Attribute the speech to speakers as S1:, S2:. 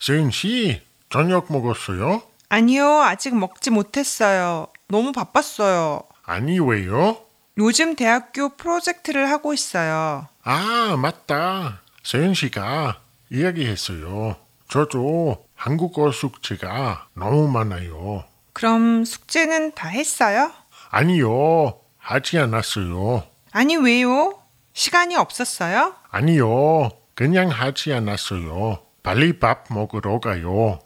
S1: 세인 씨, 저녁 먹었어요?
S2: 아니요, 아직 먹지 못했어요. 너무 바빴어요.
S1: 아니 왜요?
S2: 요즘 대학교 프로젝트를 하고 있어요.
S1: 아 맞다. 세인 씨가 이야기했어요. 저도 한국어 숙제가 너무 많아요.
S2: 그럼 숙제는 다 했어요?
S1: 아니요, 하지 않았어요.
S2: 아니, 왜요? 시간이 없었어요?
S1: 아니요, 그냥 하지 않았어요. 빨리 밥 먹으러 가요.